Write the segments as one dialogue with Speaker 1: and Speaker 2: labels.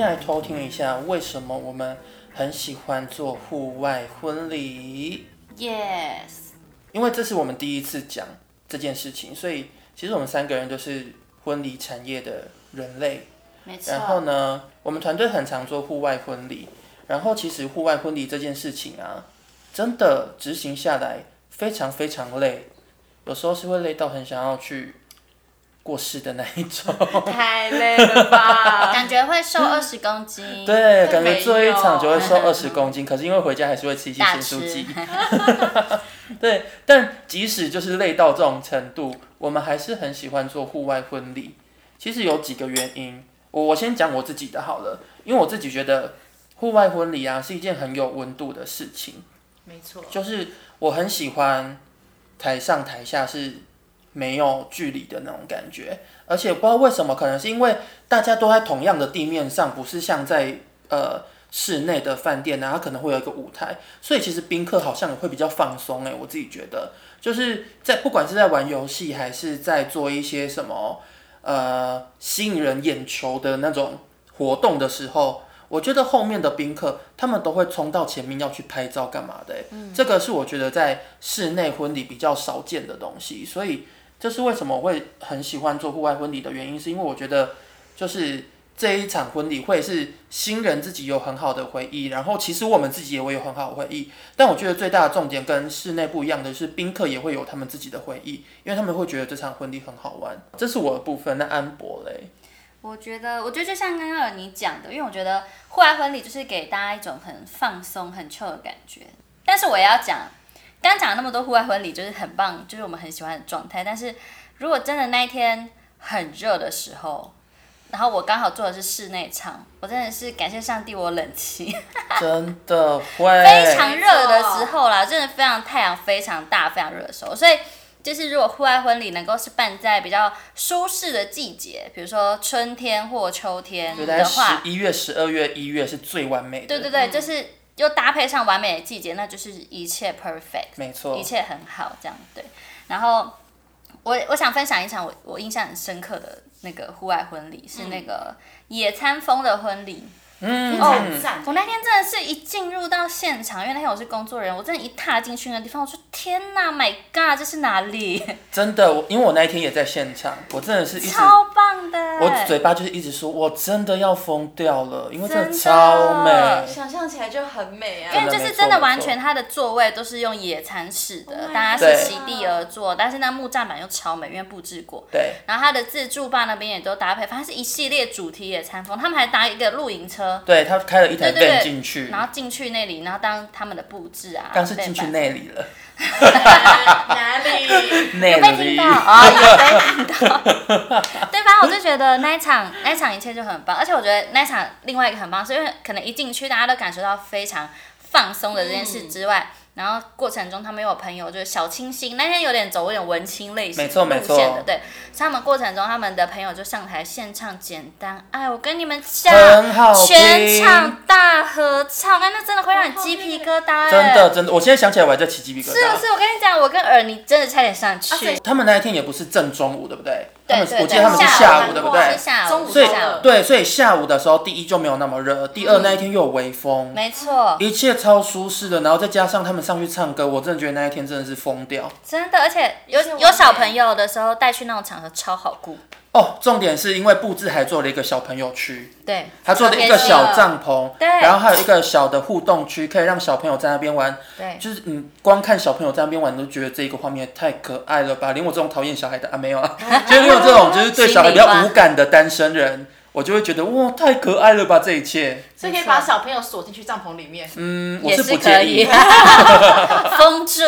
Speaker 1: 来偷听一下，为什么我们很喜欢做户外婚礼？
Speaker 2: Yes，
Speaker 1: 因为这是我们第一次讲这件事情，所以其实我们三个人都是婚礼产业的人类。
Speaker 2: 没错。
Speaker 1: 然后呢，我们团队很常做户外婚礼，然后其实户外婚礼这件事情啊，真的执行下来非常非常累，有时候是会累到很想要去过世的那一种。
Speaker 3: 太累了 吧？
Speaker 2: 感觉会瘦二十公斤。
Speaker 1: 对，
Speaker 3: 这
Speaker 1: 感觉
Speaker 3: 没
Speaker 1: 做一场就 会瘦
Speaker 2: 有
Speaker 1: 二十公斤，可是因为回家还是会吃一些
Speaker 2: 大
Speaker 1: 咸
Speaker 2: 吃
Speaker 1: 酥 鸡。 对，但即使就是累到这种程度，我们还是很喜欢做户外婚礼。其实有几个原因，我我先讲我自己的好了，因为我自己觉得户外婚礼啊是一件很有温度的事情。
Speaker 3: 没错，
Speaker 1: 就是我很喜欢台上台下是没有距离的那种感觉，而且不知道为什么，可能是因为大家都在同样的地面上，不是像在呃室内的饭店啊，它可能会有一个舞台，所以其实宾客好像也会比较放松诶、欸我自己觉得，就是在不管是在玩游戏还是在做一些什么呃吸引人眼球的那种活动的时候。我觉得后面的宾客他们都会冲到前面要去拍照干嘛的、欸，这个是我觉得在室内婚礼比较少见的东西，所以这是为什么我会很喜欢做户外婚礼的原因，是因为我觉得就是这一场婚礼会是新人自己有很好的回忆，然后其实我们自己也会有很好的回忆，但我觉得最大的重点跟室内不一样的是，宾客也会有他们自己的回忆，因为他们会觉得这场婚礼很好玩，这是我的部分。那安博嘞，
Speaker 2: 我觉得，我觉得就像刚刚有你讲的，因为我觉得户外婚礼就是给大家一种很放松、很 chill 的感觉。但是我也要讲，刚讲了那么多户外婚礼就是很棒，就是我们很喜欢的状态。但是如果真的那一天很热的时候，然后我刚好做的是室内场，我真的是感谢上帝，我有冷气。
Speaker 1: 真的会
Speaker 2: 非常热的时候啦，真的非常太阳非常大、非常热的时候，所以就是如果户外婚礼能够是办在比较舒适的季节，比如说春天或秋天
Speaker 1: 对，大概
Speaker 2: 的
Speaker 1: 十
Speaker 2: 话，
Speaker 1: 一月、十二月、一月是最完美的。
Speaker 2: 对对对，就是又搭配上完美的季节，那就是一切 perfect，
Speaker 1: 没错
Speaker 2: 一切很好这样对。然后我我想分享一场我我印象很深刻的那个户外婚礼，是那个野餐风的婚礼。
Speaker 1: 嗯，
Speaker 3: 哦
Speaker 1: 嗯，
Speaker 3: 赞
Speaker 2: 我那天真的是一进入到现场，因为那天我是工作人员，我真的，一踏进去那个地方，我说天呐 m y God，这是哪里？
Speaker 1: 真的，我因为我那一天也在现场，我真的是一直，
Speaker 2: 超棒的！
Speaker 1: 我嘴巴就是一直说，我真的要疯掉了，因为真的
Speaker 2: 真的
Speaker 1: 超美。
Speaker 3: 想象起来就很美
Speaker 2: 因
Speaker 3: 啊
Speaker 2: 为！就是真的完全，它的座位都是用野餐式的
Speaker 3: Oh，my
Speaker 2: 大家
Speaker 3: God
Speaker 2: 是席地而坐，但是那木栈板又超美，因为布置过。
Speaker 1: 对，
Speaker 2: 然后它的自助吧那边也都搭配，反正是一系列主题野餐风，他们还搭一个露营车，
Speaker 1: 对他开了一台
Speaker 2: 对对对
Speaker 1: van 进去，
Speaker 2: 然后进去那里，然后当他们的布置啊，
Speaker 1: 刚是进去
Speaker 2: 背板
Speaker 1: 内里了，
Speaker 3: 哪里？
Speaker 1: 内
Speaker 2: 被听
Speaker 1: 里
Speaker 2: 到啊，有被听到。 对，反正我就觉得那一场那一场一切就很棒，而且我觉得那一场另外一个很棒，是因为可能一进去大家都感受到非常放松的这件事之外。然后过程中，他们又有朋友就是小清新，那天有点走有点文青类型
Speaker 1: 没错
Speaker 2: 路
Speaker 1: 没错
Speaker 2: 线的，对。所以他们过程中，他们的朋友就上台献唱《简单爱》，我跟你们讲，
Speaker 1: 很好听，
Speaker 2: 全场大合唱，哎，那真的会让你鸡皮疙瘩，哎
Speaker 1: 真的。真的，我现在想起来我还在起鸡皮疙
Speaker 2: 是不
Speaker 1: 瘩。
Speaker 2: 是？我跟你讲，我跟尔你真的差点上去。
Speaker 1: 他们那一天也不是正中午，对不对？他
Speaker 2: 对
Speaker 1: 们是
Speaker 2: 对对，
Speaker 1: 我记得他们是
Speaker 3: 下
Speaker 1: 下
Speaker 3: 午
Speaker 1: 午，对不
Speaker 3: 晚上
Speaker 1: 对
Speaker 2: 是？下午，
Speaker 3: 中午
Speaker 1: 所以
Speaker 3: 下午
Speaker 1: 对，所以下午的时候，第一就没有那么热，第二那一天又有微风，
Speaker 2: 嗯没错，
Speaker 1: 一切超舒适的，然后再加上他们上去唱歌，我真的觉得那一天真的是疯掉
Speaker 2: 真的，而且有
Speaker 3: 一切完美
Speaker 2: 有小朋友的时候带去那种场合超好顾，
Speaker 1: 哦。重点是因为布置还做了一个小朋友区，
Speaker 2: 对，
Speaker 1: 还做了一个小帐篷，
Speaker 2: 对
Speaker 1: 然后还有一个小的互动区，可以让小朋友在那边玩。
Speaker 2: 对，
Speaker 1: 就是你光看小朋友在那边玩，都觉得这个画面太可爱了吧？连我这种讨厌小孩的啊，没有 啊，就是我这种就是对小孩比较无感的单身人，我就会觉得哇，太可爱了吧这一切。
Speaker 3: 所以可以把小朋友锁进去帐篷里面，
Speaker 1: 嗯，我
Speaker 2: 也
Speaker 1: 不
Speaker 2: 可
Speaker 1: 介
Speaker 2: 以
Speaker 1: 意。，
Speaker 2: 封住，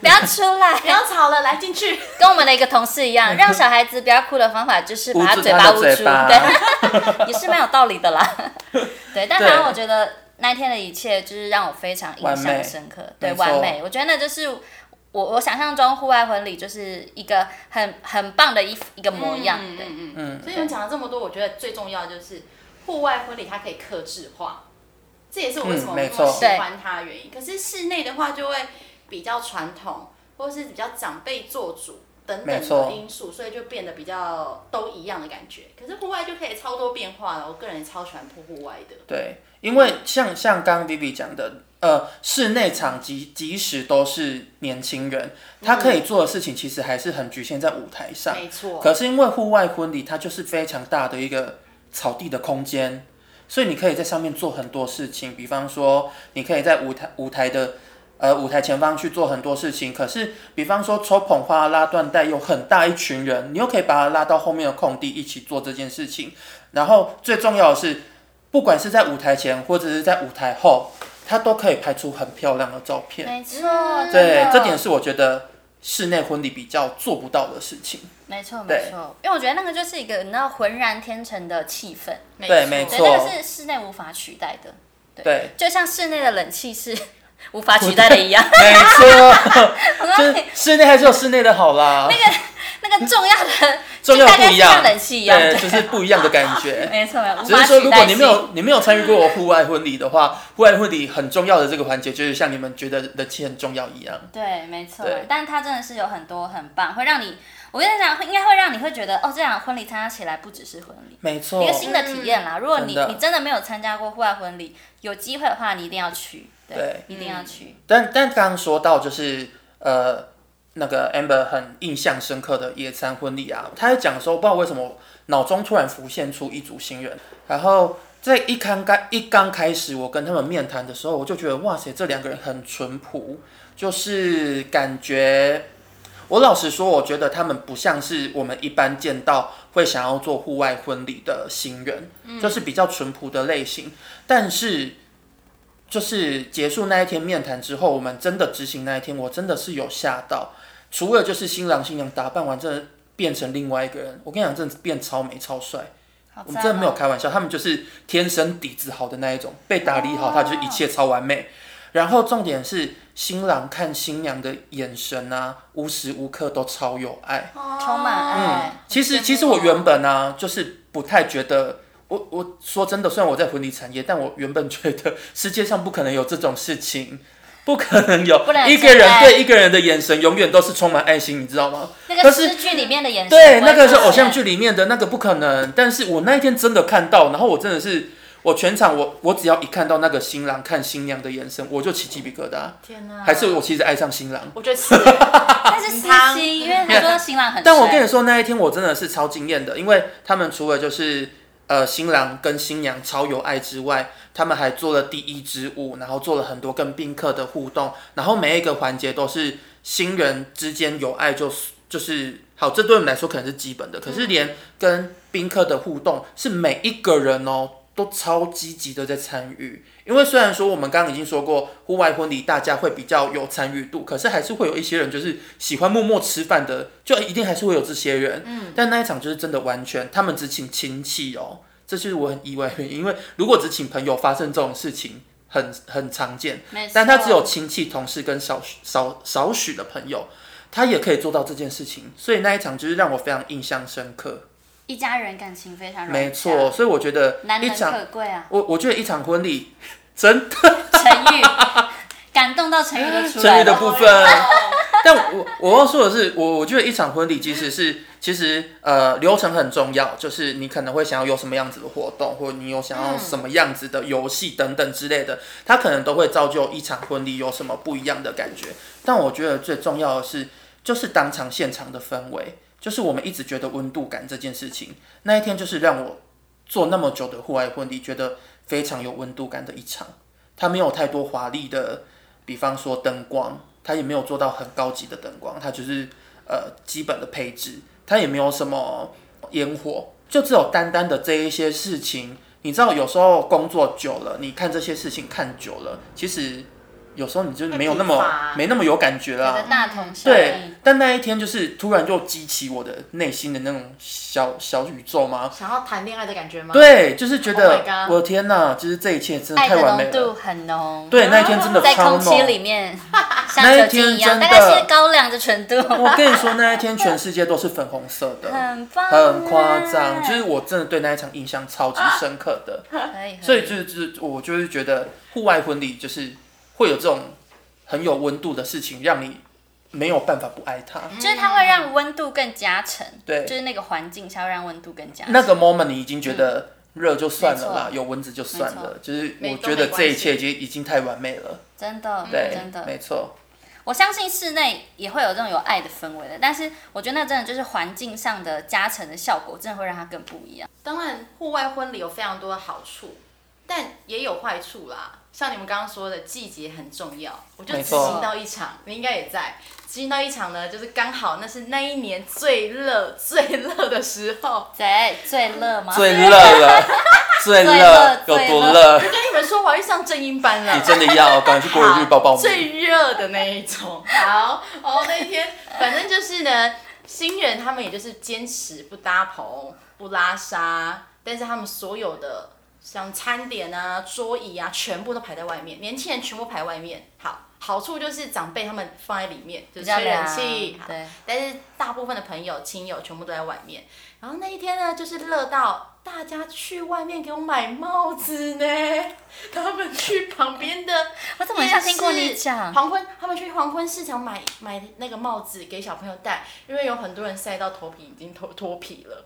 Speaker 2: 不要出
Speaker 3: 不
Speaker 2: 来。
Speaker 3: 要吵了，来进去。
Speaker 2: 跟我们的一个同事一样，让小孩子不要哭的方法就是把
Speaker 1: 嗯捂
Speaker 2: 他
Speaker 1: 住
Speaker 2: 嘴
Speaker 1: 他
Speaker 2: 巴
Speaker 1: 的
Speaker 2: 捂
Speaker 1: 嘴
Speaker 2: 住，
Speaker 1: 巴，
Speaker 2: 对， 也是蛮有道理的啦。 对，但
Speaker 1: 对
Speaker 2: 反正我觉得那天的一切就是让我非常印
Speaker 1: 完美
Speaker 2: 象深刻，对，
Speaker 1: 没错
Speaker 2: 完美。我觉得那就是我我想象中户外婚礼就是一个很很棒的一一个模样，对。
Speaker 3: 嗯嗯。所以我们讲了这么多，我觉得最重要的就是户外婚礼它可以克制化，这也是我为什么
Speaker 1: 嗯
Speaker 3: 那
Speaker 1: 没
Speaker 3: 么
Speaker 1: 错
Speaker 3: 喜欢它的原因。可是室内的话就会比较传统，或者是比较长辈做主。等
Speaker 1: 没
Speaker 3: 等
Speaker 1: 错
Speaker 3: 的因素，所以就变得比较都一样的感觉。可是户外就可以超多变化了，我个人也超喜欢铺户外的。
Speaker 1: 对，因为像像刚刚 Vivi 讲的，呃，室内场即即使都是年轻人，他可以做的事情其实还是很局限在舞台上。
Speaker 3: 没错，
Speaker 1: 可是因为户外婚礼，它就是非常大的一个草地的空间，所以你可以在上面做很多事情，比方说你可以在舞台舞台的呃舞台前方去做很多事情。可是比方说抽捧花、拉呃缎带，有很大一群人，你又可以把它拉到后面的空地一起做这件事情。然后最重要的是，不管是在舞台前或者是在舞台后，它都可以拍出很漂亮的照片。
Speaker 2: 没错，
Speaker 1: 对，
Speaker 3: 嗯
Speaker 2: 真的
Speaker 1: 这点是我觉得室内婚礼比较做不到的事情。
Speaker 2: 没错
Speaker 1: 对
Speaker 2: 没错，因为我觉得那个就是一个你知道浑然天成的气氛，
Speaker 1: 对没
Speaker 2: 对，
Speaker 1: 错
Speaker 2: 那个是室内无法取代的，
Speaker 1: 对，
Speaker 2: 就像室内的冷气是无法取代的一样，
Speaker 1: 没 错，就是室内还是有室内的好啦，
Speaker 2: 那个重要的
Speaker 1: 重要
Speaker 2: 就大
Speaker 1: 不
Speaker 2: 概
Speaker 1: 一
Speaker 2: 是
Speaker 1: 样，
Speaker 2: 像冷气一样
Speaker 1: 对，
Speaker 2: 对
Speaker 1: 就是不一样的感觉。
Speaker 2: 没 错没错，无
Speaker 1: 只是
Speaker 2: 法
Speaker 1: 说，
Speaker 2: 取
Speaker 1: 如果
Speaker 2: 代
Speaker 1: 你
Speaker 2: 性
Speaker 1: 没。有你没有参与过户外婚礼的话，户外婚礼很重要的这个环节，就是像你们觉得冷气很重要一样。
Speaker 2: 对，没错
Speaker 1: 对，
Speaker 2: 但它真的是有很多很棒，会让你，我跟你讲，会应该会让你会觉得，哦，这场婚礼参加起来不只是婚礼，
Speaker 1: 没错
Speaker 2: 一个，新的体验啦。如果你
Speaker 1: 真的
Speaker 2: 你真的没有参加过户外婚礼，有机会的话，你一定要去，对，
Speaker 1: 对
Speaker 2: 一定要去。
Speaker 1: 但但刚刚说到就是呃，那个 Amber 很印象深刻的野餐婚礼啊，他在讲的时候，不知道为什么脑中突然浮现出一组新人，然后在一刚刚一刚开始我跟他们面谈的时候，我就觉得哇塞，这两个人很淳朴，就是感觉。我老实说，我觉得他们不像是我们一般见到会想要做户外婚礼的新人，就是比较淳朴的类型。但是就是结束那一天面谈之后，我们真的执行那一天，我真的是有吓到。除了就是新郎新娘打扮完，真的变成另外一个人。我跟你讲，真的变超美超帅，
Speaker 2: 好
Speaker 1: 我们真的没有
Speaker 2: 赞哦
Speaker 1: 开玩笑，他们就是天生底子好的那一种，被打理好，他就是一切超完美。然后重点是新郎看新娘的眼神啊，无时无刻都超有爱。
Speaker 2: 充满爱
Speaker 3: 哦
Speaker 1: 嗯，其实其实我原本啊，就是不太觉得，我我说真的，虽然我在婚礼产业，但我原本觉得 世界上不可能有这种事情，不可能有
Speaker 2: 不然
Speaker 1: 一个
Speaker 2: 现
Speaker 1: 人
Speaker 2: 在
Speaker 1: 对一个人的眼神永远都是充满爱心，你知道吗？
Speaker 2: 那个
Speaker 1: 但是
Speaker 2: 诗剧里面的眼神，
Speaker 1: 对，
Speaker 2: 我也
Speaker 1: 那个是
Speaker 2: 发现
Speaker 1: 偶像剧里面的那个不可能，但是我那一天真的看到，然后我真的是。我全场我我只要一看到那个新郎看新娘的眼神，我就起鸡皮疙瘩，
Speaker 3: 天哪！
Speaker 1: 还是我其实爱上新郎。
Speaker 3: 我 觉得是
Speaker 2: 但是司机，因为他说新郎很帅，
Speaker 1: 但我跟你说，那一天我真的是超惊艳的，因为他们除了就是呃新郎跟新娘超有爱之外，他们还做了呃第一支舞，然后做了很多跟宾客的互动，然后每一个环节都是新人之间有爱就，是就是好，这对我们来说可能是基本的，可是连跟宾客的互动是每一个人哦。都超积极的在参与，因为虽然说我们刚刚已经说过，户外婚礼大家会比较有参与度，可是还是会有一些人就是喜欢默默吃饭的，就一定还是会有这些人。嗯，但那一场就是真的完全，他们只请亲戚哦，这就是我很意外的原因。因为如果只请朋友，发生这种事情很很常见，
Speaker 2: 没错，
Speaker 1: 但他只有亲戚、同事跟少许少少许的朋友，他也可以做到这件事情。所以那一场就是让我非常印象深刻。
Speaker 2: 一家人感情非常融洽
Speaker 1: 没错，，所以我觉得
Speaker 2: 难
Speaker 1: 一
Speaker 2: 能
Speaker 1: 场，
Speaker 2: 可贵啊，
Speaker 1: 我我觉得一场婚礼真的
Speaker 2: 成语 感动到成语都出
Speaker 1: 成
Speaker 2: 来
Speaker 1: 语的
Speaker 2: 了，
Speaker 1: 部分。但我我要说的是，我我觉得一场婚礼其实是其实呃流程很重要，就是你可能会想要有什么样子的活动，或者你有想要什么样子的游戏等等之类的，它可能都会造就一场婚礼有什么不一样的感觉。但我觉得最重要的是，就是当场现场的氛围，就是我们一直觉得温度感这件事情，那一天就是让我做那么久的户外婚礼，觉得非常有温度感的一场。它没有太多华丽的，比方说灯光，它也没有做到很高级的灯光，它就是呃基本的配置，它也没有什么烟火，就只有单单的这一些事情。你知道，有时候工作久了，你看这些事情看久了，其实有时候你就没有那
Speaker 3: 会疲
Speaker 1: 么
Speaker 3: 乏
Speaker 1: 没那么有感觉啦。
Speaker 2: 的大同小
Speaker 1: 啊对
Speaker 2: 异，，
Speaker 1: 但那一天就是突然就激起我的内心的那种小小宇宙
Speaker 2: 啊
Speaker 1: 嘛。
Speaker 3: 想要谈恋爱的感觉吗？，
Speaker 1: 对，就是觉得
Speaker 3: Oh my
Speaker 1: 我的天哪，就是这一切真的
Speaker 2: 爱
Speaker 1: 太
Speaker 2: 的
Speaker 1: 完美
Speaker 2: 浓
Speaker 1: 了。
Speaker 2: 度很浓，
Speaker 1: 对，那一天真的
Speaker 2: 在
Speaker 1: 超
Speaker 2: 空气里
Speaker 1: 浓。
Speaker 2: 面
Speaker 1: 那
Speaker 2: 像
Speaker 1: 一
Speaker 2: 酒精一样，
Speaker 1: 天真的
Speaker 2: 大概是高粱的纯度，
Speaker 1: 我跟你说，那一天全世界都是粉红色 的，
Speaker 2: 很棒，
Speaker 1: 很夸
Speaker 2: 嗯
Speaker 1: 张。就是我真的对那一场印象超级深 刻的，
Speaker 2: 可以，
Speaker 1: 所以就是就是我就是觉得户外婚礼就是会有这种很有温度的事情，让你没有办法不爱他。
Speaker 2: 就是它会让温度更加成，
Speaker 1: 对
Speaker 2: 就是那个环境下会让温度更加成。
Speaker 1: 那个 moment 你已经觉得热就算了啦，
Speaker 2: 嗯没错
Speaker 1: 有蚊子就算
Speaker 2: 没
Speaker 1: 了，就是
Speaker 3: 没
Speaker 1: 我
Speaker 3: 都
Speaker 1: 觉得
Speaker 3: 没
Speaker 1: 这一切
Speaker 3: 关系
Speaker 1: 已经已经太完美了。
Speaker 2: 真的，
Speaker 1: 对，
Speaker 2: 真的，
Speaker 1: 没错，
Speaker 2: 我相信室内也会有这种有爱的氛围的，但是我觉得那真的就是环境上的加成的效果，真的会让它更不一样。
Speaker 3: 当然，户外婚礼有非常多的好处，但也有坏处啦。像你们刚刚说的，季节很重要。我就
Speaker 1: 没
Speaker 3: 执
Speaker 1: 错
Speaker 3: 行到一场，你应该也在执行到一场呢，就是刚好那是那一年最热、最热的时候。
Speaker 2: 谁最热吗？
Speaker 1: 最热 了，最
Speaker 2: 啊最
Speaker 1: 热
Speaker 2: 热
Speaker 1: 有
Speaker 2: 最
Speaker 1: 多
Speaker 2: 热
Speaker 1: 热？
Speaker 3: 跟你们说，我要去上正音班了。
Speaker 1: 你真的要赶快去国语日报报名。
Speaker 3: 最热的那一种。 好，哦，那一天，反正就是呢，新人他们也就是坚持不搭棚、不拉沙，但是他们所有的像餐点啊、桌椅啊，全部都排在外面，年轻人全部排外面。好。好处就是长辈他们放在里面，
Speaker 2: 比
Speaker 3: 就是
Speaker 2: 较
Speaker 3: 吹冷
Speaker 2: 凉
Speaker 3: 气，好
Speaker 2: 对
Speaker 3: 但是大部分的朋友、亲友全部都在外面。然后那一天呢，就是热到大家去外面给我买帽子呢， 他们去旁边的
Speaker 2: 我怎么好像听过你讲？
Speaker 3: 黄昏，他们去黄昏市场买买那个帽子给小朋友戴，因为有很多人晒到头皮已经脱脱皮了，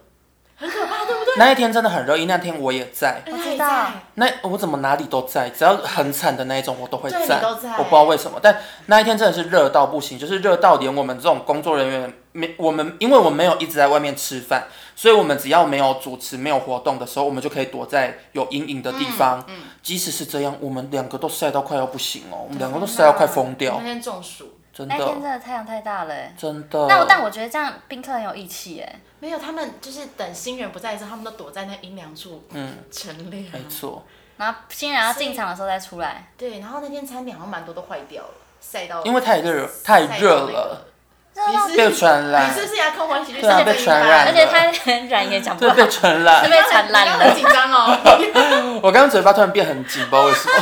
Speaker 3: 很可怕，对不对？
Speaker 1: 那一天真的很热，因为那天我也在。
Speaker 2: 我
Speaker 3: 他
Speaker 2: 知
Speaker 3: 也
Speaker 2: 道
Speaker 3: 在
Speaker 1: 那我怎么哪里都在，只要很惨的那一种我都会
Speaker 3: 对
Speaker 1: 在，
Speaker 3: 你都在
Speaker 1: 我不知道为什么，但那一天真的是热到不行，就是热到连我们这种工作人员没我们，因为我们没有一直在外面吃饭，所以我们只要没有主持没有活动的时候，我们就可以躲在有阴影的地方。
Speaker 2: 嗯
Speaker 1: 即使是这样，我们两个都晒到快要不行哦，我们两个都晒到快疯掉
Speaker 3: 那，天中暑，
Speaker 1: 真
Speaker 2: 嗯那一哎天
Speaker 1: 的
Speaker 2: 真的太阳太大了、欸，
Speaker 1: 真的。
Speaker 2: 那我但我觉得这样宾客很有义气哎、
Speaker 3: 没有，他们就是等新人不在的时候，他们都躲在那阴凉处，嗯，乘凉。
Speaker 1: 没错，
Speaker 2: 然后新人要进场的时候再出来，
Speaker 3: 对，然后那天餐点好像蛮多都坏掉了，晒到
Speaker 1: 因为太热太热 了，
Speaker 2: 热到
Speaker 3: 你是
Speaker 1: 被传
Speaker 3: 晒到那个。
Speaker 1: 染
Speaker 3: 你，是不是也要跟我一起去
Speaker 1: 对啊
Speaker 3: 上
Speaker 1: 被传染
Speaker 2: 而且他 很染也讲不
Speaker 1: 对
Speaker 2: 好，
Speaker 1: 被传 染
Speaker 2: 是。被传染
Speaker 3: 很
Speaker 2: 了。
Speaker 3: 紧张 哦。
Speaker 1: 我刚刚嘴巴突然变很紧，不知道为什么。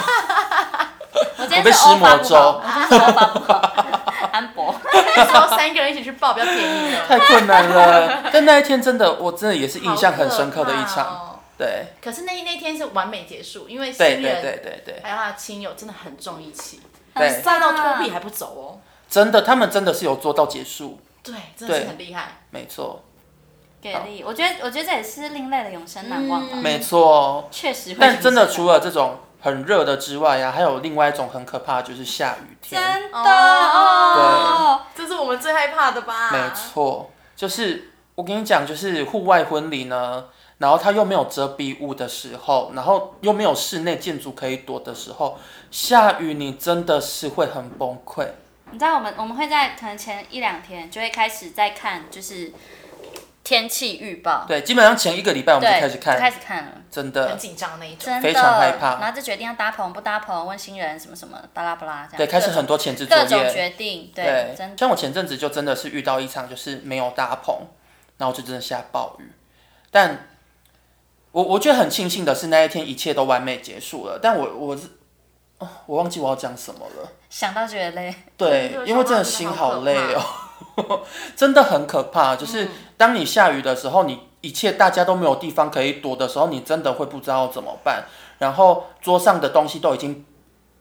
Speaker 2: 我今天
Speaker 1: 我被
Speaker 2: 是
Speaker 1: 施
Speaker 2: 欧巴
Speaker 1: 魔
Speaker 2: 不好，我今天是欧巴不好， 安博。
Speaker 3: 那时候三个人一起去报，比较便宜了。
Speaker 1: 太困难了。但那一天真的，我真的也是印象很深刻的一
Speaker 3: 好可
Speaker 1: 场。
Speaker 3: 怕哦
Speaker 1: 对，
Speaker 3: 可是那那天是完美结束，因为新
Speaker 1: 对
Speaker 3: 人
Speaker 1: 对对对对
Speaker 3: 还有他的亲友真的很重义气，
Speaker 1: 对，
Speaker 3: 晒到脱皮还不走哦。
Speaker 1: 真的，他们真的是有做到结束，
Speaker 3: 对，真的是
Speaker 1: 对
Speaker 3: 很厉害。
Speaker 1: 没错，
Speaker 2: 给力，我觉得我觉得这也是另类的永生难忘吧，
Speaker 3: 嗯
Speaker 1: 没错。哦
Speaker 2: 确实会。
Speaker 1: 但真的除了这种很热的之外呀、啊还有另外一种很可怕，就是下雨天。
Speaker 2: 真的哦，
Speaker 3: 这是我们最害怕的吧？
Speaker 1: 没错，就是我跟你讲，就是户外婚礼呢，然后它又没有遮蔽物的时候，然后又没有室内建筑可以躲的时候，下雨你真的是会很崩溃。
Speaker 2: 你知道我们我们会在可能前一两天就会开始在看就是天气预报，
Speaker 1: 对，基本上前一个礼拜我们就
Speaker 2: 对，
Speaker 1: 开始
Speaker 2: 就
Speaker 1: 看，
Speaker 2: 开始看了。
Speaker 1: 真的
Speaker 3: 很紧张那一种。
Speaker 2: 真的，
Speaker 1: 非常害怕
Speaker 2: 然后就决定要搭棚不搭棚，问新人什么什么，巴拉巴拉这
Speaker 1: 对，
Speaker 2: 样，
Speaker 1: 开始很多前置作
Speaker 2: 各种
Speaker 1: 业。
Speaker 2: 决定，
Speaker 1: 对
Speaker 2: 对，真，的
Speaker 1: 像我前阵子就真的是遇到一场就是没有搭棚，然后就真的下暴雨。但我我觉得很庆幸的是那一天一切都完美结束了。但我我是、哦我忘记我要讲什么了。
Speaker 2: 想到觉得累，
Speaker 1: 对
Speaker 3: 真的，
Speaker 1: 因为真的
Speaker 3: 想
Speaker 1: 心
Speaker 3: 到真的
Speaker 1: 好
Speaker 3: 好
Speaker 1: 累
Speaker 3: 可嗯
Speaker 1: 哦， 真的很可怕。就是当你下雨的时候，你一切大家都没有地方可以躲的时候，你真的会不知道怎么办。然后桌上的东西都已经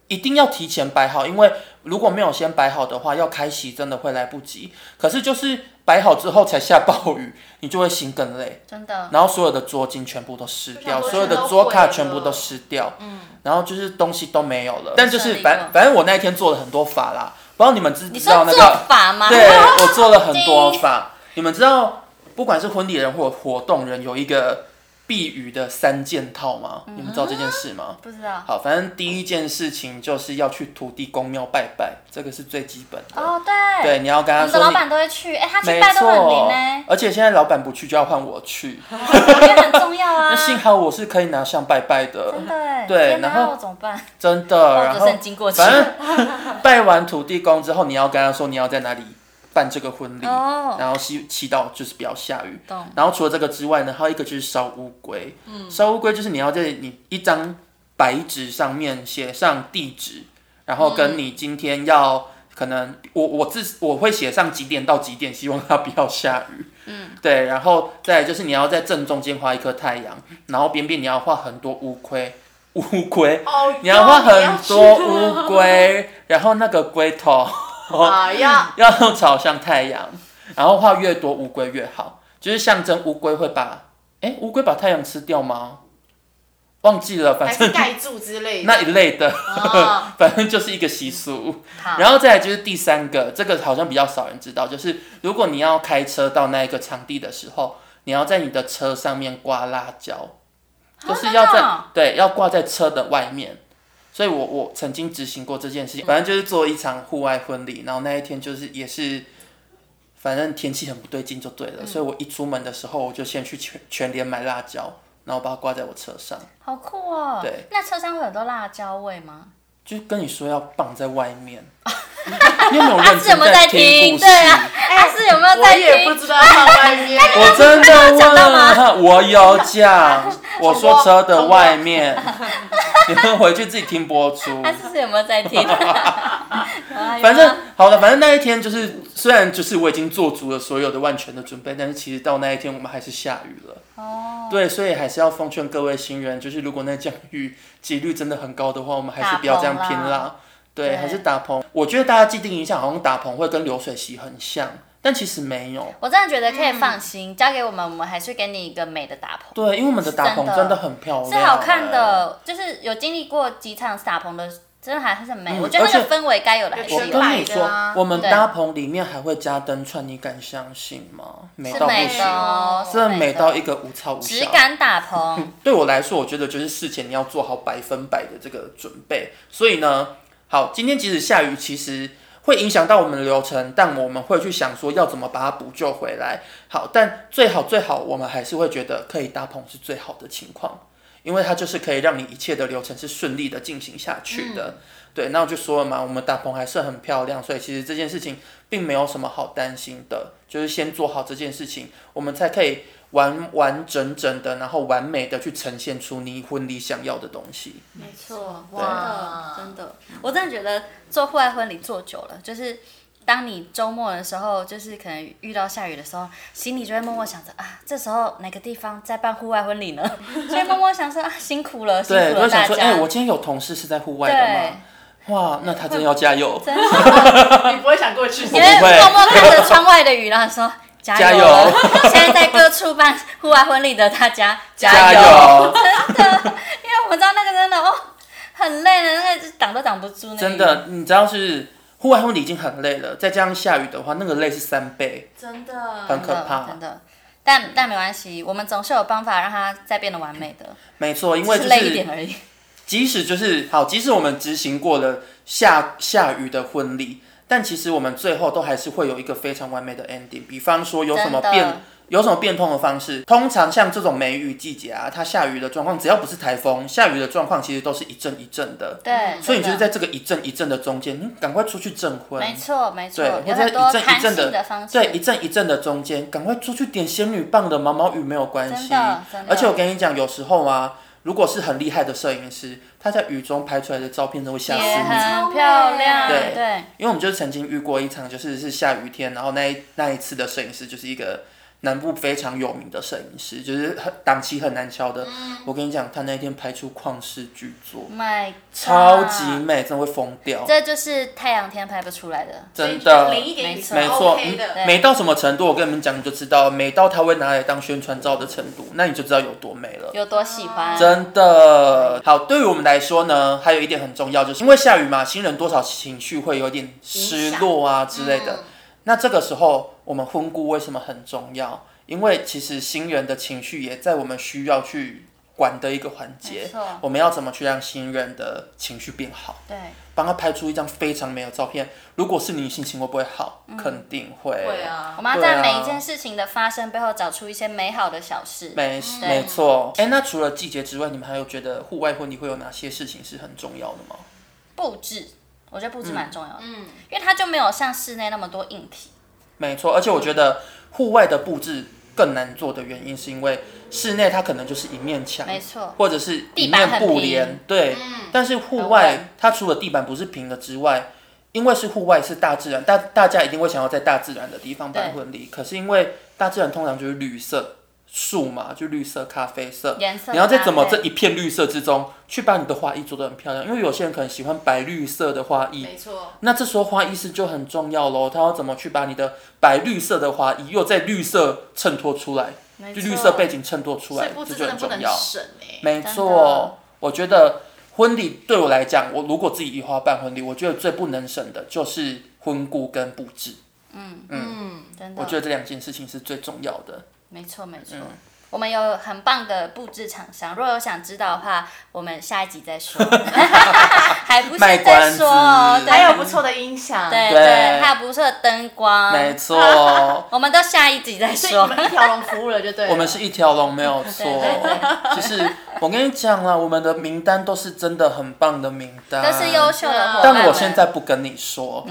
Speaker 1: 一定要提前摆好，因为如果没有先摆好的话，要开席真的会来不及。可是就是摆好之后才下暴雨，你就会心更累。
Speaker 2: 真的。
Speaker 1: 然后所有的桌巾全部都湿掉，
Speaker 3: 就像
Speaker 1: 所有的
Speaker 3: 桌
Speaker 1: 桌卡全
Speaker 3: 全都毁了
Speaker 1: 部都湿掉，嗯，然后就是东西都没有了。但就是
Speaker 2: 胜利
Speaker 1: 反
Speaker 2: 了
Speaker 1: 反正我那一天做了很多法啦，不知道你们知不
Speaker 2: 你
Speaker 1: 知道
Speaker 2: 说
Speaker 1: 那
Speaker 2: 做
Speaker 1: 个？
Speaker 2: 法吗？
Speaker 1: 对，我做了很多法。你们知道，不管是婚礼人或活动人，有一个避雨的三件套吗？你们知道这件事吗？
Speaker 2: 不知道。
Speaker 1: 好，反正第一件事情就是要去土地公庙拜拜，这个是最基本的。
Speaker 2: 哦，对，
Speaker 1: 对，你要跟
Speaker 2: 我
Speaker 1: 他
Speaker 2: 们的
Speaker 1: 说
Speaker 2: 老
Speaker 1: 你。
Speaker 2: 板都会去，哎，他去
Speaker 1: 没
Speaker 2: 拜都很灵欸
Speaker 1: 错
Speaker 2: 呢，，
Speaker 1: 而且现在老板不去，就要换我 去。
Speaker 2: 我觉得很重要啊
Speaker 1: 那。幸好我是可以拿香拜拜的，
Speaker 2: 真的哎，
Speaker 1: 对
Speaker 2: 天哪
Speaker 1: 然后
Speaker 2: 那我怎么办？
Speaker 1: 真
Speaker 2: 抱
Speaker 1: 的。然
Speaker 2: 着
Speaker 1: 后
Speaker 2: 圣经过去。
Speaker 1: 反正拜完土地公之后，你要跟他说你要在哪里办这个婚礼，
Speaker 2: 哦
Speaker 1: 然后祈祈祷就是不要下雨。
Speaker 2: 懂
Speaker 1: 然后除了这个之外呢，还有一个就是烧乌龟。烧乌龟就是你要在你一张白纸上面写上地址，然后跟你今天要、可能我我自我会写上几点到几点，希望它不要下雨。嗯，对，然后再来就是你要在正中间画一颗太阳，然后边边你要画很多乌龟，乌龟，
Speaker 3: 哦
Speaker 1: 你要画很多乌龟，然后那个龟头，
Speaker 3: 啊，要
Speaker 1: 要朝向太阳，然后画越多乌龟越好，就是象征乌龟会把，哎，乌龟把太阳吃掉吗？忘记了，
Speaker 3: 还
Speaker 1: 反
Speaker 3: 是
Speaker 1: 正
Speaker 3: 盖住之类的。
Speaker 1: 那一类的，
Speaker 3: 哦
Speaker 1: 反正就是一个习俗。
Speaker 2: 嗯好，
Speaker 1: 然后再来就是第三个，这个好像比较少人知道，就是如果你要开车到那一个场地的时候，你要在你的车上面挂辣椒，就是要
Speaker 2: 真
Speaker 1: 在、
Speaker 2: 的哦
Speaker 1: 对要挂在车的外面。所以我我曾经执行过这件事情，反正就是做一场户外婚礼，然后那一天就是也是，反正天气很不对劲就对了，
Speaker 2: 嗯
Speaker 1: 所以我一出门的时候我就先去全全联买辣椒，然后把它挂在我车上，
Speaker 2: 好酷哦。
Speaker 1: 对，
Speaker 2: 那车上会有很多辣椒味吗？
Speaker 1: 就跟你说要绑在外 面。你有没有认
Speaker 2: 是有
Speaker 1: 真
Speaker 2: 没有在
Speaker 1: 听故
Speaker 2: 听？
Speaker 1: 事？
Speaker 2: 对啊，
Speaker 1: 哎
Speaker 2: 阿是有没有
Speaker 3: 我
Speaker 2: 在
Speaker 3: 也不
Speaker 2: 听？
Speaker 3: 知道放外面。
Speaker 1: 我真的
Speaker 2: 讲到
Speaker 1: 问，我 有讲，我说车的外面，你们回去自己听播出
Speaker 2: 阿。是是有没有在 听？哎
Speaker 1: 反
Speaker 2: 反
Speaker 1: 正好了，反正那一天就是，虽然就是我已经做足了所有的万全的准备，但是其实到那一天我们还是下雨了。
Speaker 2: 哦，
Speaker 1: 对，所以还是要奉劝各位新人，就是如果那降雨几率真的很高的话，我们还是不要这样
Speaker 2: 打
Speaker 1: 拼
Speaker 2: 棚啦
Speaker 1: 啦。对，
Speaker 2: 对
Speaker 1: 还是打棚。我觉得大家既定印象好像打棚会跟流水席很像，但其实没有。
Speaker 2: 我真的觉得
Speaker 1: 嗯
Speaker 2: 可以放心，交给我们，我们还是给你一个美的打棚。
Speaker 1: 对，因为我们的打棚
Speaker 2: 是真的
Speaker 1: 真的很漂亮、
Speaker 2: 是好看
Speaker 1: 哎
Speaker 2: 的，就是有经历过几场打棚的，真的还是很美。
Speaker 1: 嗯
Speaker 2: 我觉得那
Speaker 1: 而
Speaker 2: 个
Speaker 1: 且
Speaker 2: 氛围该有的还哦是
Speaker 1: 我
Speaker 3: 全
Speaker 2: 有，
Speaker 1: 跟
Speaker 3: 白
Speaker 1: 你
Speaker 3: 的
Speaker 1: 说
Speaker 3: 啊，
Speaker 1: 我们
Speaker 2: 对
Speaker 1: 搭棚里面还会加灯串，你敢相信吗？美
Speaker 2: 是
Speaker 1: 到不
Speaker 2: 美的
Speaker 1: 行，
Speaker 2: 哦，
Speaker 1: 真的美到
Speaker 2: 的
Speaker 1: 一个无超无
Speaker 2: 质
Speaker 1: 小。
Speaker 2: 感打 棚，
Speaker 1: 对我来说，我觉得就是事前你要做好百分百的这个准备。所以呢，好，今天即使下雨，其实会影响到我们的流程，但我们会去想说要怎么把它补救回来。好，但最好最好，我们还是会觉得可以搭棚是最好的情况，因为它就是可以让你一切的流程是顺利的进行下去的。对，那我就说了嘛，我们搭棚还是很漂亮，所以其实这件事情并没有什么好担心的，就是先做好这件事情，我们才可以完完整整的，然后完美的去呈现出你婚礼想要的东西。
Speaker 2: 没
Speaker 3: 错哇
Speaker 2: 哇，真的，我真的觉得做户外婚礼做久了，就是当你周末的时候，就是可能遇到下雨的时候，心里就会默默想着啊，这时候哪个地方在办户外婚礼呢？ 所以默默想说啊，辛苦了，辛
Speaker 1: 对，
Speaker 2: 苦
Speaker 1: 我就
Speaker 2: 了
Speaker 1: 想
Speaker 2: 大
Speaker 1: 说，
Speaker 2: 家。
Speaker 1: 哎、我今天有同事是在户外
Speaker 2: 对
Speaker 1: 的吗？哇，那他真的要加油，
Speaker 2: 真的。
Speaker 3: 你不会想过去？
Speaker 1: 我
Speaker 2: 你
Speaker 1: 不会
Speaker 2: 会哎默默看着窗外的雨，然后 说加油！
Speaker 1: 加油
Speaker 2: 现在在各处办户外婚礼的大家
Speaker 1: 加
Speaker 2: 油！
Speaker 1: 油！
Speaker 2: 因为我们知道那个真的哦，很累的，那个挡都挡不住那个。
Speaker 1: 真，的，你知道是户外婚礼已经很累了，再加上下雨的话，那个累是三倍，
Speaker 3: 真的
Speaker 1: 很可怕。
Speaker 2: 嗯真的。但但没关系，我们总是有办法让它再变得完美的，
Speaker 1: 没错，因为
Speaker 2: 只
Speaker 1: 就是
Speaker 2: 累一点而已。
Speaker 1: 即使就是好，即使我们执行过了下下雨的婚礼，但其实我们最后都还是会有一个非常完美的 ending。比方说有什么
Speaker 2: 真的
Speaker 1: 变有什么变通的方式，通常像这种梅雨季节啊，它下雨的状况，只要不是台风，下雨的状况其实都是一阵一阵的。
Speaker 2: 对，
Speaker 1: 所以你就
Speaker 2: 真的
Speaker 1: 是在这个一阵一阵的中间，你赶快出去证婚。
Speaker 2: 没错没错，
Speaker 1: 对，或
Speaker 2: 有
Speaker 1: 者
Speaker 2: 很
Speaker 1: 一
Speaker 2: 多
Speaker 1: 阵
Speaker 2: 弹
Speaker 1: 一阵
Speaker 2: 性
Speaker 1: 的，
Speaker 2: 方式。
Speaker 1: 对，一阵一阵的中间，赶快出去点仙女棒的毛毛雨没有关系
Speaker 2: 真的真。的
Speaker 1: 而且我跟你讲，有时候啊，如果是很厉害的摄影师，他在雨中拍出来的照片都会吓死
Speaker 2: 也
Speaker 1: 你。
Speaker 2: 很漂亮，
Speaker 1: 对
Speaker 2: 对，
Speaker 1: 因为我们就曾经遇过一场，就是是下雨天，然后那一那一次的摄影师就是一个南部非常有名的摄影师，就是很档期很难敲的。
Speaker 2: 嗯
Speaker 1: 我跟你讲，他那天拍出旷世巨作，
Speaker 2: My
Speaker 1: 超
Speaker 2: God
Speaker 1: 级美，真的会疯掉，
Speaker 2: 这就是太阳天拍不出来的。
Speaker 1: 真的。
Speaker 3: 淋一点雨是
Speaker 1: 没错，
Speaker 3: OK 的。
Speaker 1: 嗯美到什么程度？我跟你们讲，你就知道，美到它会拿来当宣传照的程度，那你就知道有多美了。
Speaker 2: 有多喜欢，
Speaker 1: 真的好，对于我们来说呢，还有一点很重要，就是因为下雨嘛，新人多少情绪会有点失落啊之类
Speaker 3: 嗯
Speaker 1: 的。那这个时候，我们婚顾为什么很重要？因为其实新人的情绪也在我们需要去管的一个环节
Speaker 2: 没错。
Speaker 1: 我们要怎么去让新人的情绪变好？
Speaker 2: 对，
Speaker 1: 帮他拍出一张非常美的照片。如果是你，心情会不会好？肯定会。
Speaker 3: 会啊
Speaker 2: 我，们要
Speaker 1: 对
Speaker 2: 在
Speaker 1: 啊
Speaker 2: 每一件事情的发生背后找出一些美好的小事。
Speaker 1: 没没错，哎、那除了季节之外，你们还有觉得户外婚礼会有哪些事情是很重要的吗？
Speaker 2: 布置，我觉得布置蛮重要的，
Speaker 3: 嗯，
Speaker 2: 因为它就没有像室内那么多硬体。
Speaker 1: 没错，而且我觉得户外的布置更难做的原因，是因为室内它可能就是一面墙，
Speaker 2: 没错
Speaker 1: 或者是一
Speaker 2: 地板
Speaker 1: 面
Speaker 2: 很
Speaker 1: 布
Speaker 2: 平嗯
Speaker 1: 帘，对。但是户
Speaker 2: 很
Speaker 1: 外它除了地板不是平的之外，因为是户外是大自然，大大家一定会想要在大自然的地方办
Speaker 2: 对
Speaker 1: 婚礼。可是因为大自然通常就是绿色，树嘛，就绿色、咖啡色，
Speaker 2: 颜色
Speaker 1: 你要在
Speaker 2: 搭
Speaker 1: 怎么
Speaker 2: 配
Speaker 1: 这一片绿色之中去把你的花艺做得很漂亮，因为有些人可能喜欢白绿色的花艺，
Speaker 3: 没错，
Speaker 1: 那这时候花艺师就很重要喽，他要怎么去把你的白绿色的花艺又在绿色衬托出来，
Speaker 2: 没
Speaker 1: 就
Speaker 2: 错
Speaker 1: 绿色背景衬托出
Speaker 3: 这
Speaker 1: 来，
Speaker 3: 步
Speaker 1: 这
Speaker 3: 子
Speaker 1: 就
Speaker 3: 真的
Speaker 1: 很
Speaker 3: 不
Speaker 1: 重
Speaker 3: 能
Speaker 1: 要。
Speaker 3: 省哎、
Speaker 1: 没
Speaker 2: 真的
Speaker 1: 错，我觉得婚礼对我来讲，我如果自己以后要办婚礼，我觉得最不能省的就是婚顾跟布置，
Speaker 3: 嗯，
Speaker 2: 真的，
Speaker 1: 我觉得这嗯两件事情是最重要的。
Speaker 2: 没错没错。我们有很棒的布置厂商，如果有想知道的话，我们下一集再 说，还不是
Speaker 1: 卖
Speaker 2: 在
Speaker 1: 关
Speaker 2: 说哦，
Speaker 1: 子
Speaker 2: 对
Speaker 3: 还有不错的音响，
Speaker 2: 对
Speaker 1: 对
Speaker 2: 对，还有不错的灯光，，
Speaker 1: 没错
Speaker 2: 我们到下一集再
Speaker 3: 所以 你
Speaker 2: 说。
Speaker 3: 们一条龙服务了就对了。
Speaker 1: 我们是一条龙，没有错
Speaker 2: 对 对。
Speaker 1: 就是我跟你讲啦，我们的名单都是真的很棒的名单，
Speaker 2: 都是优秀的伙伴们。
Speaker 1: 但我现在不 跟你说。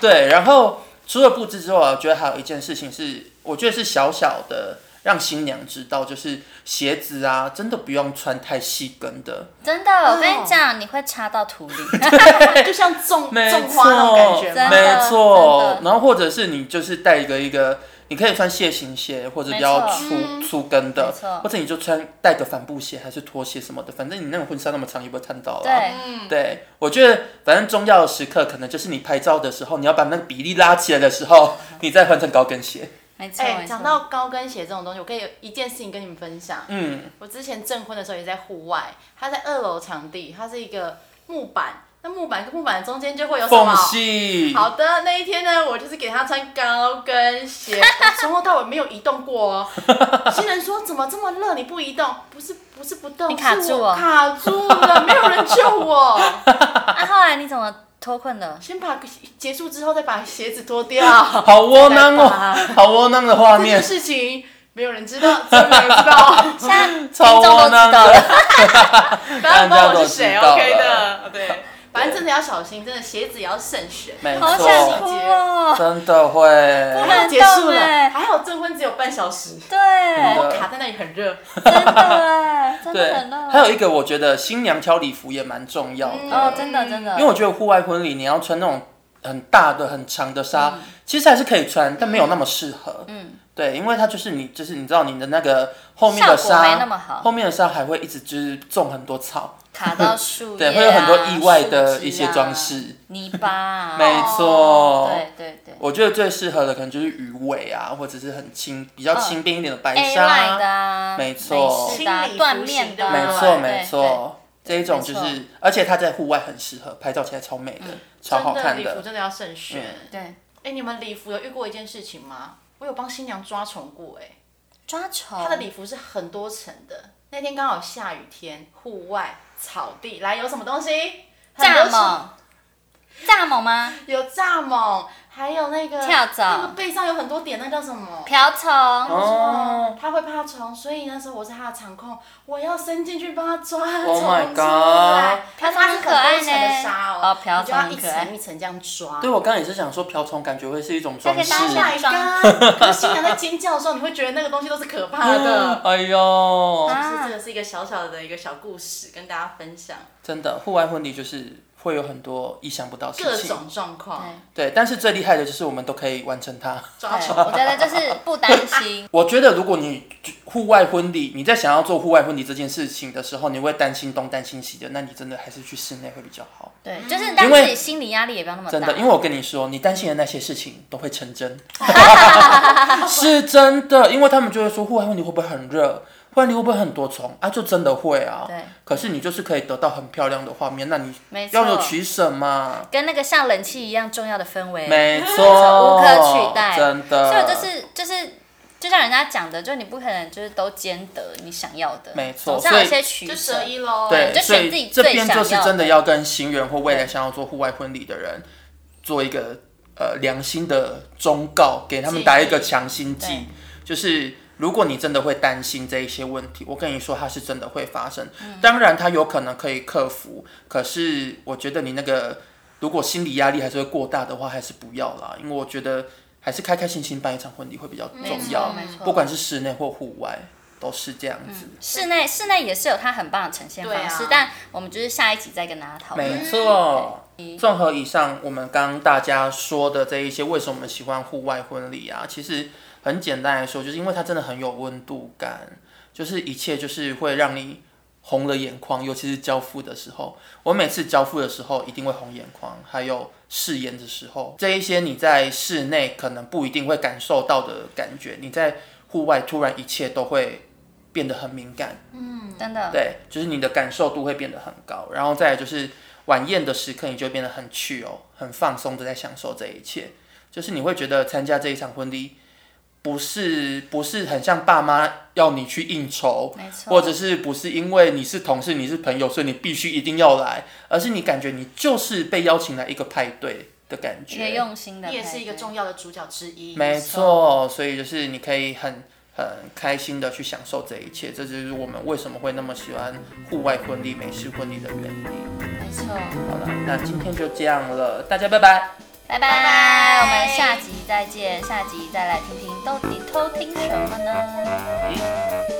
Speaker 2: 对
Speaker 1: 对，然后除了布置之外，我觉得还有一件事情是，我觉得是小小的让新娘知道，就是鞋子啊，真的不用穿太细跟的。
Speaker 2: 真的，我跟你讲，你会插到土 里。
Speaker 3: 哎就像种
Speaker 1: 没
Speaker 3: 种
Speaker 1: 错
Speaker 3: 花那种感觉
Speaker 2: 真的
Speaker 3: 吗？
Speaker 1: 没错
Speaker 2: 真的。
Speaker 1: 然后或者是你就是带一个一个，你可以穿楔形鞋或者比较
Speaker 2: 没错
Speaker 1: 粗粗跟的
Speaker 2: 没错，
Speaker 1: 或者你就穿带个帆布鞋还是拖鞋什么的，反正你那种婚纱那么长也不会看到啦。
Speaker 2: 对，
Speaker 3: 嗯，
Speaker 1: 对，我觉得反正重要的时刻，可能就是你拍照的时候，你要把那个比例拉起来的时候，你再换成高跟鞋。
Speaker 2: 没错
Speaker 3: 哎，
Speaker 2: 没
Speaker 3: 讲
Speaker 2: 错。
Speaker 3: 到高跟鞋这种东西，我可以有一件事情跟你们分享。
Speaker 1: 嗯，
Speaker 3: 我之前证婚的时候也在户外，它在二楼场地，它是一个木板，那木板跟木板中间就会有什么
Speaker 1: 缝？隙。
Speaker 3: 好的，那一天呢，我就是给他穿高跟鞋，我从头到尾没有移动过哦。 新人说怎么这么热，你不移动？不是不是不动，
Speaker 2: 你卡
Speaker 3: 是
Speaker 2: 住
Speaker 3: 我
Speaker 2: 哦
Speaker 3: 卡住了，没有人救我。
Speaker 2: 那啊后来你怎么脱困的？
Speaker 3: 先把结束之后再把鞋子脱掉，
Speaker 1: 好窝囊
Speaker 3: 再把
Speaker 1: 哦，好窝囊的画
Speaker 3: 这件
Speaker 1: 面，
Speaker 3: 事情没有人知道，真的没有人知 道，
Speaker 2: 现在听众
Speaker 1: 超
Speaker 2: 都
Speaker 1: 窝
Speaker 2: 知
Speaker 1: 囊
Speaker 2: 道了。
Speaker 1: 的。
Speaker 3: 不要问我是谁
Speaker 1: 大家都知道了
Speaker 3: ，OK 的，对。反正真的要小心，真的鞋子也要慎选。
Speaker 1: 没
Speaker 2: 好
Speaker 1: 错
Speaker 2: 想哭哦。
Speaker 1: 真的会，
Speaker 3: 然后结束
Speaker 2: 很感动
Speaker 3: 了，
Speaker 2: 哎
Speaker 3: 还好证婚只有半小时，
Speaker 2: 对，
Speaker 1: 的
Speaker 3: 我卡在那里很热。
Speaker 2: 真的哎，真
Speaker 1: 对
Speaker 2: 的很热。。
Speaker 1: 还有一个，我觉得新娘挑礼服也蛮重要
Speaker 3: 嗯
Speaker 2: 哦，
Speaker 1: 的，
Speaker 2: 真的真的
Speaker 1: 因为。我觉得户外婚礼你要穿那种很大的、很长的纱，其实还是可以穿，但没有那么适合。
Speaker 2: 嗯，
Speaker 1: 对，因为它就是你，就是你知道你的那个后面的
Speaker 2: 效果没那
Speaker 1: 纱
Speaker 2: 么，好
Speaker 1: 后面的纱还会一直就是种很多草，
Speaker 2: 卡到树叶
Speaker 1: 对，
Speaker 2: 啊，
Speaker 1: 会有很多意外的
Speaker 2: 树枝啊
Speaker 1: 一些装、饰。
Speaker 2: 泥巴啊。
Speaker 1: 没错，
Speaker 2: 对对对。
Speaker 1: 我觉得最适合的可能就是鱼尾啊，或者是很轻、比较轻便一点的白
Speaker 2: A
Speaker 1: 纱、
Speaker 2: line 的啊，
Speaker 1: 没错
Speaker 2: 美式的啊
Speaker 3: 轻礼服
Speaker 2: 缎面的啊，
Speaker 3: 型
Speaker 1: 没
Speaker 3: 的
Speaker 1: 错
Speaker 2: 对
Speaker 1: 没。
Speaker 2: 对
Speaker 1: 错，这一种就
Speaker 2: 没
Speaker 1: 是，而且它在户外很适合，拍照起来超美的，超好
Speaker 3: 真的
Speaker 1: 看
Speaker 3: 礼服
Speaker 1: 的。嗯
Speaker 3: 真的要慎选。
Speaker 2: 对，
Speaker 3: 哎，你们礼服有遇过一件事情吗？我有帮新娘抓虫过，哎，
Speaker 2: 抓虫。
Speaker 3: 她的礼服是很多层的。那天刚好下雨天，户外草地，来有什么东西？很多
Speaker 2: 蚱
Speaker 3: 虫
Speaker 2: 蜢，蚱蜢吗？
Speaker 3: 有蚱蜢，还有那个
Speaker 2: 跳蚤
Speaker 3: 那个背上有很多点，那叫什么？
Speaker 2: 瓢虫。
Speaker 1: 哦
Speaker 3: 他会怕虫，所以那时候我是他的场控，我要伸进去帮他抓虫
Speaker 1: Oh my
Speaker 3: 出来
Speaker 1: god。
Speaker 3: 但是它是很多层的沙
Speaker 2: 哦
Speaker 3: 哦，
Speaker 2: 瓢虫
Speaker 3: 你就要
Speaker 2: 很
Speaker 3: 一
Speaker 2: 可爱
Speaker 3: 层一层这样抓。
Speaker 1: 对，我刚刚也是想说，瓢虫感觉会是一种装饰。
Speaker 2: 大
Speaker 3: Oh
Speaker 2: 家可以
Speaker 3: my god！可是新娘在尖叫的时候，你会觉得那个东西都是可怕的。
Speaker 1: 哎呦，
Speaker 2: 啊
Speaker 3: 就是这个是一个小小的一个小故事，跟大家分享
Speaker 1: 真的，户外婚礼就是会有很多意想不到的
Speaker 3: 各
Speaker 1: 事情。
Speaker 3: 种状况，
Speaker 1: 对，但是最厉害的就是我们都可以完成它。。
Speaker 3: 抓
Speaker 2: 对，
Speaker 3: 虫。
Speaker 2: 我觉得就是不担心
Speaker 1: 我觉得如果你户外婚礼，你在想要做户外婚礼这件事情的时候，你会担心东担心西的，那你真的还是去室内会比较好。
Speaker 2: 对，
Speaker 3: 嗯
Speaker 2: 就是让
Speaker 1: 因为
Speaker 2: 自己心理压力也不要那么大。
Speaker 1: 真的，因为我跟你说，你担心的那些事情都会成真，是真的。因为他们就会说，户外婚礼会不会很热？户外婚礼会不会很多虫啊？就真的会啊。
Speaker 2: 对。
Speaker 1: 可是你就是可以得到很漂亮的画面，那你
Speaker 2: 没错
Speaker 1: 要有取舍嘛。
Speaker 2: 跟那个像冷气一样重要的氛围，
Speaker 1: 没错，
Speaker 2: 无可取代
Speaker 1: 真的。
Speaker 2: 所以我就是就是就像人家讲的，就是你不可能就是都兼得你想要的，
Speaker 1: 没错
Speaker 2: 总是要有一
Speaker 1: 所以
Speaker 2: 些取
Speaker 3: 就
Speaker 2: 舍
Speaker 3: 折。一喽，
Speaker 1: 对，
Speaker 2: 就选
Speaker 1: 所以
Speaker 2: 自己
Speaker 1: 这
Speaker 2: 最
Speaker 1: 边
Speaker 2: 想
Speaker 1: 就是
Speaker 2: 要
Speaker 1: 真的
Speaker 2: 的
Speaker 1: 要跟新人或未来想要做户外婚礼的人做一个呃良心的忠告，给他们打一个强心
Speaker 2: 对
Speaker 1: 剂，就是。如果你真的会担心这一些问题，我跟你说，它是真的会发生。
Speaker 2: 嗯
Speaker 1: 当然，它有可能可以克服，可是我觉得你那个如果心理压力还是会过大的话，还是不要啦，因为我觉得还是开开心心办一场婚礼会比较重
Speaker 2: 没错
Speaker 1: 要，
Speaker 2: 没错嗯
Speaker 1: 不管是室内或户外都是这样子。
Speaker 2: 室内室内也是有它很棒的呈现
Speaker 3: 对
Speaker 2: 方
Speaker 3: 啊
Speaker 2: 式，但我们就是下一集再跟大家讨论。嗯
Speaker 1: 没错。综合以上我们刚刚大家说的这一些，为什么我们喜欢户外婚礼啊？其实很简单来说，就是因为它真的很有温度感，就是一切就是会让你红了眼眶，尤其是交付的时候。我每次交付的时候一定会红眼眶，还有誓言的时候，这一些你在室内可能不一定会感受到的感觉，你在户外突然一切都会变得很敏感。
Speaker 2: 真的，
Speaker 1: 对，就是你的感受度会变得很高，然后再来就是晚宴的时刻，你就会变得很去哦，很放松的在享受这一切，就是你会觉得参加这一场婚礼，不是不是很像爸妈要你去应酬，
Speaker 2: 没错，
Speaker 1: 或者是不是因为你是同事你是朋友，所以你必须一定要来，而是你感觉你就是被邀请来一个派对的感
Speaker 2: 一个
Speaker 1: 觉，
Speaker 2: 用心的，
Speaker 3: 你也是一个，重要的主角之一。
Speaker 1: 没错，所以就是你可以很。很开心的去享受这一切，这就是我们为什么会那么喜欢户外婚礼、美式婚礼的原因。
Speaker 2: 没错，
Speaker 1: 好了，那今天就这样了，大家拜拜。
Speaker 2: 拜
Speaker 3: 拜
Speaker 2: 拜
Speaker 3: 拜，
Speaker 2: 我们下集再见，下集再来听听到底偷听什么呢？
Speaker 1: 咦